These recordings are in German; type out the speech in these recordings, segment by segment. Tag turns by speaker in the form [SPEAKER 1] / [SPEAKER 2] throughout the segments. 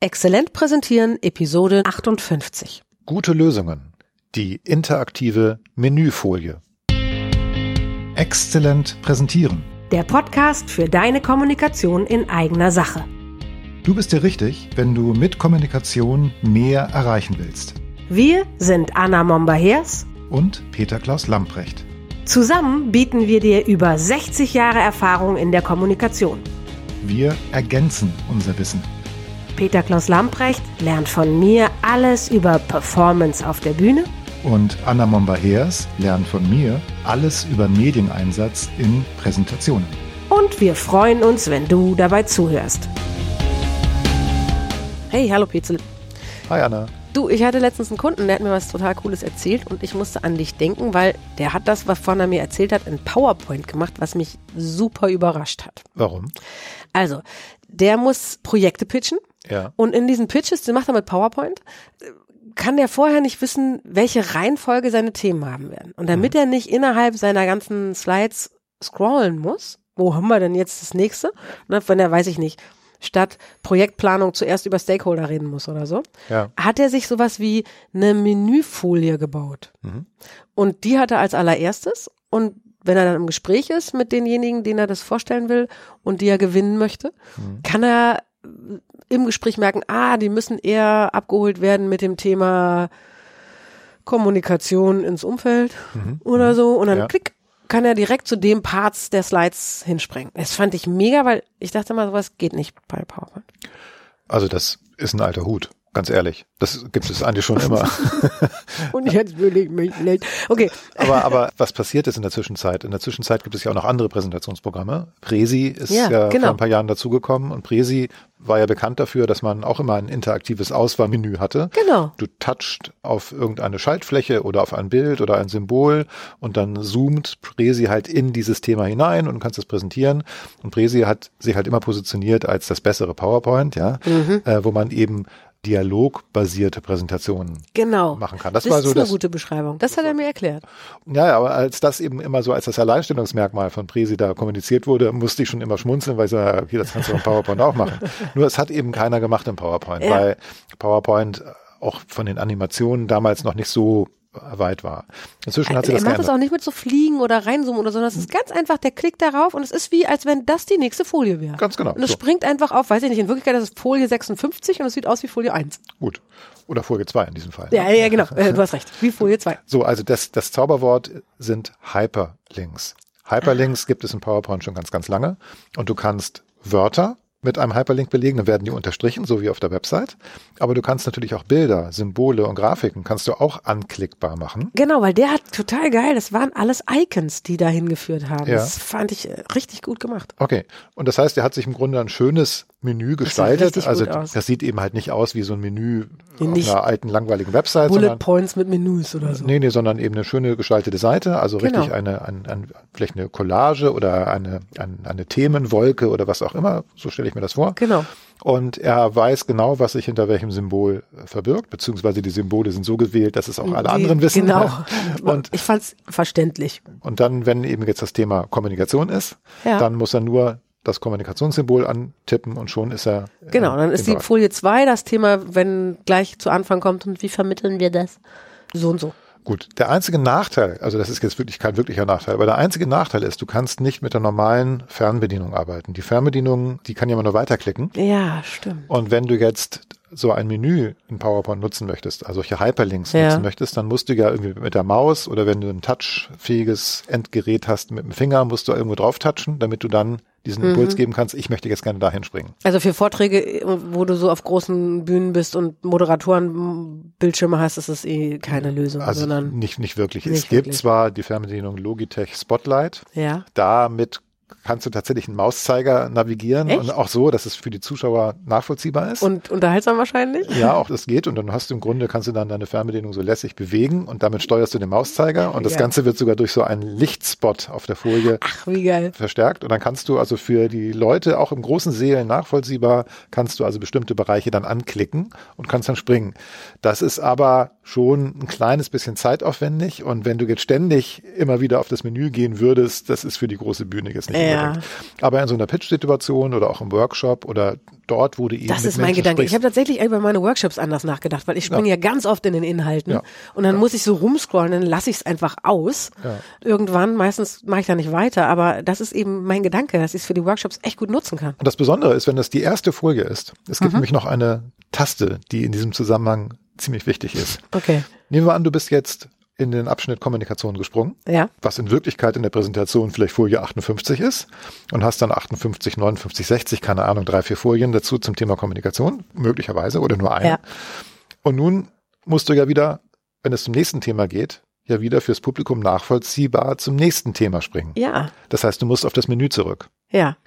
[SPEAKER 1] Exzellent präsentieren, Episode 58.
[SPEAKER 2] Gute Lösungen. Die interaktive Menüfolie. Exzellent präsentieren.
[SPEAKER 1] Der Podcast für deine Kommunikation in eigener Sache.
[SPEAKER 2] Du bist dir richtig, wenn du mit Kommunikation mehr erreichen willst.
[SPEAKER 1] Wir sind Anna Momba-Hers.
[SPEAKER 2] Und Peter Klaus Lamprecht.
[SPEAKER 1] Zusammen bieten wir dir über 60 Jahre Erfahrung in der Kommunikation.
[SPEAKER 2] Wir ergänzen unser Wissen.
[SPEAKER 1] Peter Klaus Lamprecht lernt von mir alles über Performance auf der Bühne.
[SPEAKER 2] Und Anna Momba-Heers lernt von mir alles über Medieneinsatz in Präsentationen.
[SPEAKER 1] Und wir freuen uns, wenn du dabei zuhörst. Hey, hallo Petzel.
[SPEAKER 2] Hi Anna.
[SPEAKER 1] Du, ich hatte letztens einen Kunden, der hat mir was total Cooles erzählt und ich musste an dich denken, weil der hat das, wovon er mir erzählt hat, in PowerPoint gemacht, was mich super überrascht hat.
[SPEAKER 2] Warum?
[SPEAKER 1] Also, der muss Projekte pitchen
[SPEAKER 2] Ja.
[SPEAKER 1] und in diesen Pitches, die macht er mit PowerPoint, kann der vorher nicht wissen, welche Reihenfolge seine Themen haben werden. Und damit er nicht innerhalb seiner ganzen Slides scrollen muss, wo haben wir denn jetzt das nächste? Ne, wenn er, weiß ich nicht, statt Projektplanung zuerst über Stakeholder reden muss oder so,
[SPEAKER 2] Ja.
[SPEAKER 1] hat er sich sowas wie eine Menüfolie gebaut. Und die hat er als allererstes. Und wenn er dann im Gespräch ist mit denjenigen, denen er das vorstellen will und die er gewinnen möchte, kann er im Gespräch merken, ah, die müssen eher abgeholt werden mit dem Thema Kommunikation ins Umfeld oder so. Und dann
[SPEAKER 2] Mhm. Ja.
[SPEAKER 1] klick, kann er direkt zu dem Parts der Slides hinspringen. Das fand ich mega, weil ich dachte mal, sowas geht nicht bei PowerPoint.
[SPEAKER 2] Also das ist ein alter Hut. Ganz ehrlich. Das gibt es eigentlich schon immer.
[SPEAKER 1] Und jetzt will ich mich nicht. Okay,
[SPEAKER 2] Aber, aber was passiert ist in der Zwischenzeit? In der Zwischenzeit gibt es ja auch noch andere Präsentationsprogramme. Presi ist
[SPEAKER 1] Ja,
[SPEAKER 2] ja,
[SPEAKER 1] genau.
[SPEAKER 2] vor ein paar Jahren dazugekommen und Presi war ja bekannt dafür, dass man auch immer ein interaktives Auswahlmenü hatte.
[SPEAKER 1] Genau.
[SPEAKER 2] Du touchst auf irgendeine Schaltfläche oder auf ein Bild oder ein Symbol und dann zoomt Presi halt in dieses Thema hinein und kannst es präsentieren. Und Presi hat sich halt immer positioniert als das bessere PowerPoint, ja,
[SPEAKER 1] Mhm.
[SPEAKER 2] äh, wo man eben dialogbasierte Präsentationen
[SPEAKER 1] genau.
[SPEAKER 2] machen kann. Das
[SPEAKER 1] das
[SPEAKER 2] war
[SPEAKER 1] ist
[SPEAKER 2] so
[SPEAKER 1] eine
[SPEAKER 2] das-
[SPEAKER 1] gute Beschreibung. Das hat er mir erklärt.
[SPEAKER 2] ja, ja, aber als das eben immer so als das Alleinstellungsmerkmal von Presi da kommuniziert wurde, musste ich schon immer schmunzeln, weil ich so, ja, okay, das kannst du im PowerPoint auch machen. Nur es hat eben keiner gemacht im PowerPoint,
[SPEAKER 1] Ja.
[SPEAKER 2] weil PowerPoint auch von den Animationen damals noch nicht so weit war. Inzwischen hat sie
[SPEAKER 1] er
[SPEAKER 2] das
[SPEAKER 1] macht Äh, das
[SPEAKER 2] geändert.
[SPEAKER 1] auch nicht mit so Fliegen oder reinzoomen oder so, sondern es ist ganz einfach, der klickt darauf und es ist wie, als wenn das die nächste Folie wäre.
[SPEAKER 2] Ganz genau,
[SPEAKER 1] Und es
[SPEAKER 2] so.
[SPEAKER 1] springt einfach auf, weiß ich nicht, in Wirklichkeit ist es Folie 56 und es sieht aus wie Folie 1.
[SPEAKER 2] Gut. Oder Folge 2 in diesem Fall.
[SPEAKER 1] Ja, ja, genau, äh, du hast recht, wie Folie 2.
[SPEAKER 2] So, also das, das Zauberwort sind Hyperlinks. Hyperlinks gibt es in PowerPoint schon ganz, ganz lange. Und du kannst Wörter mit einem Hyperlink belegen, dann werden die unterstrichen, so wie auf der Website. Aber du kannst natürlich auch Bilder, Symbole und Grafiken kannst du auch anklickbar machen.
[SPEAKER 1] Genau, weil der hat total geil, das waren alles Icons, die dahin geführt haben.
[SPEAKER 2] Ja.
[SPEAKER 1] Das fand ich äh, richtig gut gemacht.
[SPEAKER 2] Okay. Und das heißt, er hat sich im Grunde ein schönes Menü gestaltet.
[SPEAKER 1] richtig
[SPEAKER 2] also
[SPEAKER 1] gut aus.
[SPEAKER 2] das sieht eben halt nicht aus wie so ein Menü
[SPEAKER 1] Nicht
[SPEAKER 2] auf einer alten, langweiligen Website,
[SPEAKER 1] Bullet
[SPEAKER 2] sondern
[SPEAKER 1] Points mit Menüs oder so.
[SPEAKER 2] Nee, nee, sondern eben eine schöne gestaltete Seite, also
[SPEAKER 1] Genau.
[SPEAKER 2] richtig eine, ein, ein, vielleicht eine Collage oder eine, ein, eine Themenwolke oder was auch immer, so stelle ich mir das vor.
[SPEAKER 1] Genau.
[SPEAKER 2] Und er weiß genau, was sich hinter welchem Symbol äh, verbirgt, beziehungsweise die Symbole sind so gewählt, dass es auch alle
[SPEAKER 1] Die-
[SPEAKER 2] anderen wissen.
[SPEAKER 1] Genau.
[SPEAKER 2] Und,
[SPEAKER 1] ich fand's verständlich.
[SPEAKER 2] und dann, wenn eben jetzt das Thema Kommunikation ist,
[SPEAKER 1] Ja.
[SPEAKER 2] dann muss er nur das Kommunikationssymbol antippen und schon ist er. äh,
[SPEAKER 1] Genau, dann ist
[SPEAKER 2] im
[SPEAKER 1] die
[SPEAKER 2] Bereich.
[SPEAKER 1] Folie 2 das Thema, wenn gleich zu Anfang kommt und wie vermitteln wir das? So und so.
[SPEAKER 2] Gut, der einzige Nachteil, also das ist jetzt wirklich kein wirklicher Nachteil, aber der einzige Nachteil ist, du kannst nicht mit der normalen Fernbedienung arbeiten. Die Fernbedienung, die kann ja immer nur weiterklicken.
[SPEAKER 1] Ja, stimmt.
[SPEAKER 2] Und wenn du jetzt so ein Menü in PowerPoint nutzen möchtest, also solche Hyperlinks
[SPEAKER 1] Ja.
[SPEAKER 2] nutzen möchtest, dann musst du ja irgendwie mit der Maus oder wenn du ein touchfähiges Endgerät hast mit dem Finger, musst du irgendwo drauf touchen, damit du dann
[SPEAKER 1] Mhm.
[SPEAKER 2] diesen Impuls geben kannst, ich möchte jetzt gerne dahin springen.
[SPEAKER 1] Also für Vorträge, wo du so auf großen Bühnen bist und Moderatoren Bildschirme hast, ist es eh keine Lösung,
[SPEAKER 2] Also
[SPEAKER 1] sondern
[SPEAKER 2] nicht, nicht wirklich.
[SPEAKER 1] Nicht
[SPEAKER 2] es gibt
[SPEAKER 1] wirklich.
[SPEAKER 2] zwar die Fernbedienung Logitech Spotlight,
[SPEAKER 1] ja.
[SPEAKER 2] damit kannst du tatsächlich einen Mauszeiger navigieren
[SPEAKER 1] Echt?
[SPEAKER 2] und auch so, dass es für die Zuschauer nachvollziehbar ist.
[SPEAKER 1] Und unterhaltsam wahrscheinlich?
[SPEAKER 2] ja, auch das geht und dann hast du im Grunde kannst du dann deine Fernbedienung so lässig bewegen und damit steuerst du den Mauszeiger und das
[SPEAKER 1] Ja.
[SPEAKER 2] Ganze wird sogar durch so einen Lichtspot auf der Folie
[SPEAKER 1] Ach, wie geil.
[SPEAKER 2] verstärkt und dann kannst du also für die Leute auch im großen Seelen nachvollziehbar kannst du also bestimmte Bereiche dann anklicken und kannst dann springen. Das ist aber schon ein kleines bisschen zeitaufwendig und wenn du jetzt ständig immer wieder auf das Menü gehen würdest, das ist für die große Bühne jetzt
[SPEAKER 1] Ja.
[SPEAKER 2] nicht unbedingt. Aber in so einer Pitch-Situation oder auch im Workshop oder dort, wo du eben
[SPEAKER 1] Das
[SPEAKER 2] mit
[SPEAKER 1] ist mein
[SPEAKER 2] Menschen
[SPEAKER 1] Gedanke. Ich
[SPEAKER 2] sprichst.
[SPEAKER 1] habe tatsächlich über meine Workshops anders nachgedacht, weil ich springe ja. ganz oft in den Inhalten
[SPEAKER 2] Ja.
[SPEAKER 1] und dann muss ich so rumscrollen, dann lasse ich es einfach aus.
[SPEAKER 2] Ja.
[SPEAKER 1] Irgendwann, meistens mache ich da nicht weiter, aber das ist eben mein Gedanke, dass ich es für die Workshops echt gut nutzen kann.
[SPEAKER 2] Und das Besondere ist, wenn das die erste Folie ist, es
[SPEAKER 1] Mhm.
[SPEAKER 2] gibt nämlich noch eine Taste, die in diesem Zusammenhang ziemlich wichtig ist.
[SPEAKER 1] Okay.
[SPEAKER 2] Nehmen wir an, du bist jetzt in den Abschnitt Kommunikation gesprungen,
[SPEAKER 1] Ja.
[SPEAKER 2] was in Wirklichkeit in der Präsentation vielleicht Folie 58 ist und hast dann 58, 59, 60, keine Ahnung, drei, vier Folien dazu zum Thema Kommunikation, möglicherweise oder nur eine.
[SPEAKER 1] Ja.
[SPEAKER 2] Und nun musst du ja wieder, wenn es zum nächsten Thema geht, ja wieder fürs Publikum nachvollziehbar zum nächsten Thema springen.
[SPEAKER 1] Ja.
[SPEAKER 2] Das heißt, du musst auf das Menü zurück
[SPEAKER 1] Ja.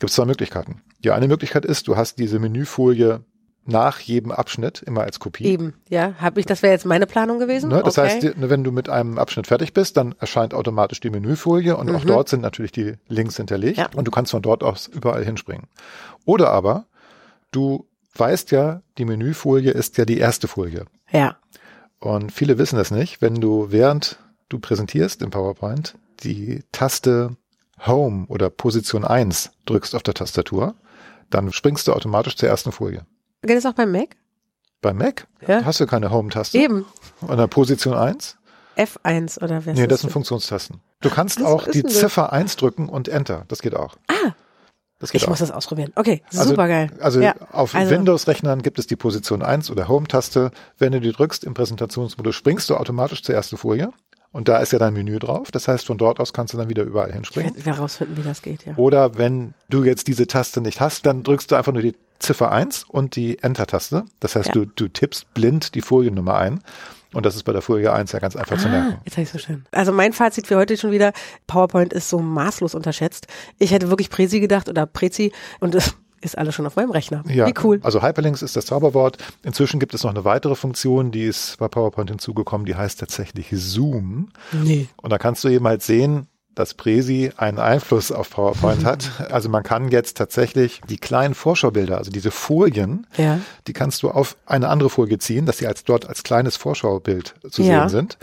[SPEAKER 2] gibt es zwei Möglichkeiten. Die eine Möglichkeit ist, du hast diese Menüfolie nach jedem Abschnitt immer als Kopie.
[SPEAKER 1] Eben. Ja. Hab ich, das wäre jetzt meine Planung gewesen.
[SPEAKER 2] Ne? Das
[SPEAKER 1] Hm, okay.
[SPEAKER 2] heißt, die- ne, wenn du mit einem Abschnitt fertig bist, dann erscheint automatisch die Menüfolie und auch dort sind natürlich die Links hinterlegt
[SPEAKER 1] Mhm. Ja.
[SPEAKER 2] und du kannst von dort aus überall hinspringen. Oder aber du weißt ja, die Menüfolie ist ja die erste Folie.
[SPEAKER 1] ja.
[SPEAKER 2] Und viele wissen das nicht, wenn du während du präsentierst im PowerPoint die Taste Home oder Position 1 drückst auf der Tastatur, dann springst du automatisch zur ersten Folie.
[SPEAKER 1] Geht es auch beim Mac?
[SPEAKER 2] Beim Mac
[SPEAKER 1] Ja.
[SPEAKER 2] hast du keine Home-Taste.
[SPEAKER 1] Eben.
[SPEAKER 2] Und der Position 1?
[SPEAKER 1] F1 oder was?
[SPEAKER 2] Nee, das
[SPEAKER 1] ist
[SPEAKER 2] sind Funktionstasten. Du kannst
[SPEAKER 1] Was
[SPEAKER 2] auch
[SPEAKER 1] ist
[SPEAKER 2] die
[SPEAKER 1] denn das?
[SPEAKER 2] Ziffer 1 drücken und Enter. Das geht auch. Ah. Das geht
[SPEAKER 1] Ich
[SPEAKER 2] auch.
[SPEAKER 1] muss das ausprobieren. Okay.
[SPEAKER 2] Also-
[SPEAKER 1] Supergeil.
[SPEAKER 2] Also
[SPEAKER 1] ja.
[SPEAKER 2] auf
[SPEAKER 1] Also-
[SPEAKER 2] Windows-Rechnern gibt es die Position 1 oder Home-Taste. Wenn du die drückst im Präsentationsmodus, springst du automatisch zur ersten Folie. Und da ist ja dein Menü drauf. Das heißt, von dort aus kannst du dann wieder überall hinspringen.
[SPEAKER 1] Ich werde herausfinden, wie das geht, ja.
[SPEAKER 2] Oder wenn du jetzt diese Taste nicht hast, dann drückst du einfach nur die Ziffer 1 und die Enter-Taste. Das heißt,
[SPEAKER 1] Ja.
[SPEAKER 2] du, du tippst blind die Foliennummer ein. Und das ist bei der Folie 1 ja ganz einfach zu merken.
[SPEAKER 1] Ah, Jetzt habe ich verstanden. Also mein Fazit für heute schon wieder, PowerPoint ist so maßlos unterschätzt. Ich hätte wirklich Prezi gedacht oder Prezi und es ist alles schon auf meinem Rechner.
[SPEAKER 2] Ja,
[SPEAKER 1] Wie cool.
[SPEAKER 2] also Hyperlinks ist das Zauberwort. Inzwischen gibt es noch eine weitere Funktion, die ist bei PowerPoint hinzugekommen, die heißt tatsächlich Zoom.
[SPEAKER 1] Nee.
[SPEAKER 2] Und da kannst du eben halt sehen, dass Presi einen Einfluss auf PowerPoint hat. Also man kann jetzt tatsächlich die kleinen Vorschaubilder, also diese Folien,
[SPEAKER 1] Ja.
[SPEAKER 2] die kannst du auf eine andere Folie ziehen, dass sie als dort als kleines Vorschaubild zu
[SPEAKER 1] Ja.
[SPEAKER 2] sehen sind.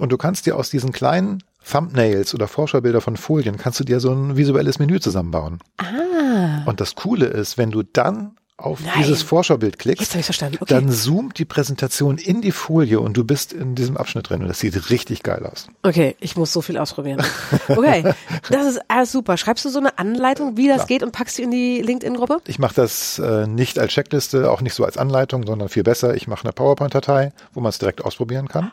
[SPEAKER 2] Und du kannst dir aus diesen kleinen Thumbnails oder Vorschaubilder von Folien kannst du dir so ein visuelles Menü zusammenbauen.
[SPEAKER 1] Ah.
[SPEAKER 2] Und das Coole ist, wenn du dann auf
[SPEAKER 1] Nein.
[SPEAKER 2] dieses Vorschaubild
[SPEAKER 1] Jetzt
[SPEAKER 2] klickst,
[SPEAKER 1] habe ich verstanden. Okay.
[SPEAKER 2] dann zoomt die Präsentation in die Folie und du bist in diesem Abschnitt drin. Und das sieht richtig geil aus.
[SPEAKER 1] okay, ich muss so viel ausprobieren. Okay, das ist alles super. Schreibst du so eine Anleitung, wie das geht und packst sie in die LinkedIn-Gruppe?
[SPEAKER 2] Ich mache das äh, nicht als Checkliste, auch nicht so als Anleitung, sondern viel besser. Ich mache eine PowerPoint-Datei, wo man es direkt ausprobieren kann.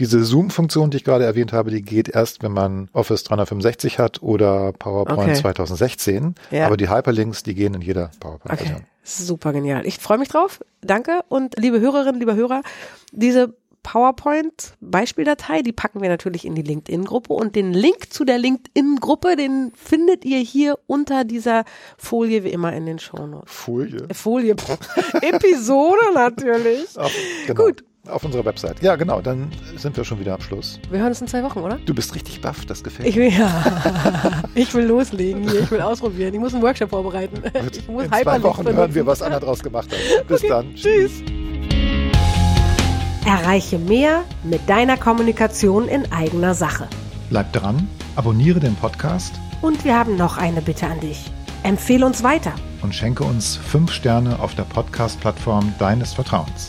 [SPEAKER 2] Diese Zoom-Funktion, die ich gerade erwähnt habe, die geht erst, wenn man Office 365 hat oder PowerPoint
[SPEAKER 1] Okay.
[SPEAKER 2] 2016.
[SPEAKER 1] Ja.
[SPEAKER 2] Aber die Hyperlinks, die gehen in jeder PowerPoint. Also,
[SPEAKER 1] Okay,
[SPEAKER 2] datei
[SPEAKER 1] super genial. Ich freue mich drauf. Danke. Und liebe Hörerinnen, lieber Hörer, diese PowerPoint-Beispieldatei, die packen wir natürlich in die LinkedIn-Gruppe. Und den Link zu der LinkedIn-Gruppe, den findet ihr hier unter dieser Folie, wie immer in den Shownotes.
[SPEAKER 2] Folie.
[SPEAKER 1] Äh, Folie, pff, Episode natürlich.
[SPEAKER 2] Auf, genau,
[SPEAKER 1] Gut.
[SPEAKER 2] Auf unserer Website. Ja, genau. Dann sind wir schon wieder am Schluss.
[SPEAKER 1] Wir hören uns in zwei Wochen, oder?
[SPEAKER 2] Du bist richtig baff, das gefällt
[SPEAKER 1] Ich will, ja, ich will loslegen hier, ich will ausprobieren, ich muss einen Workshop vorbereiten.
[SPEAKER 2] mir.
[SPEAKER 1] Ich muss
[SPEAKER 2] in zwei
[SPEAKER 1] Hyperlink
[SPEAKER 2] Wochen hören wir,
[SPEAKER 1] benutzen.
[SPEAKER 2] was Anna draus gemacht hat. Bis
[SPEAKER 1] Okay,
[SPEAKER 2] dann.
[SPEAKER 1] tschüss. Erreiche mehr mit deiner Kommunikation in eigener Sache.
[SPEAKER 2] Bleib dran, abonniere den Podcast
[SPEAKER 1] Und wir haben noch eine Bitte an dich. Empfehle uns weiter.
[SPEAKER 2] und schenke uns 5 Sterne auf der Podcast-Plattform deines Vertrauens.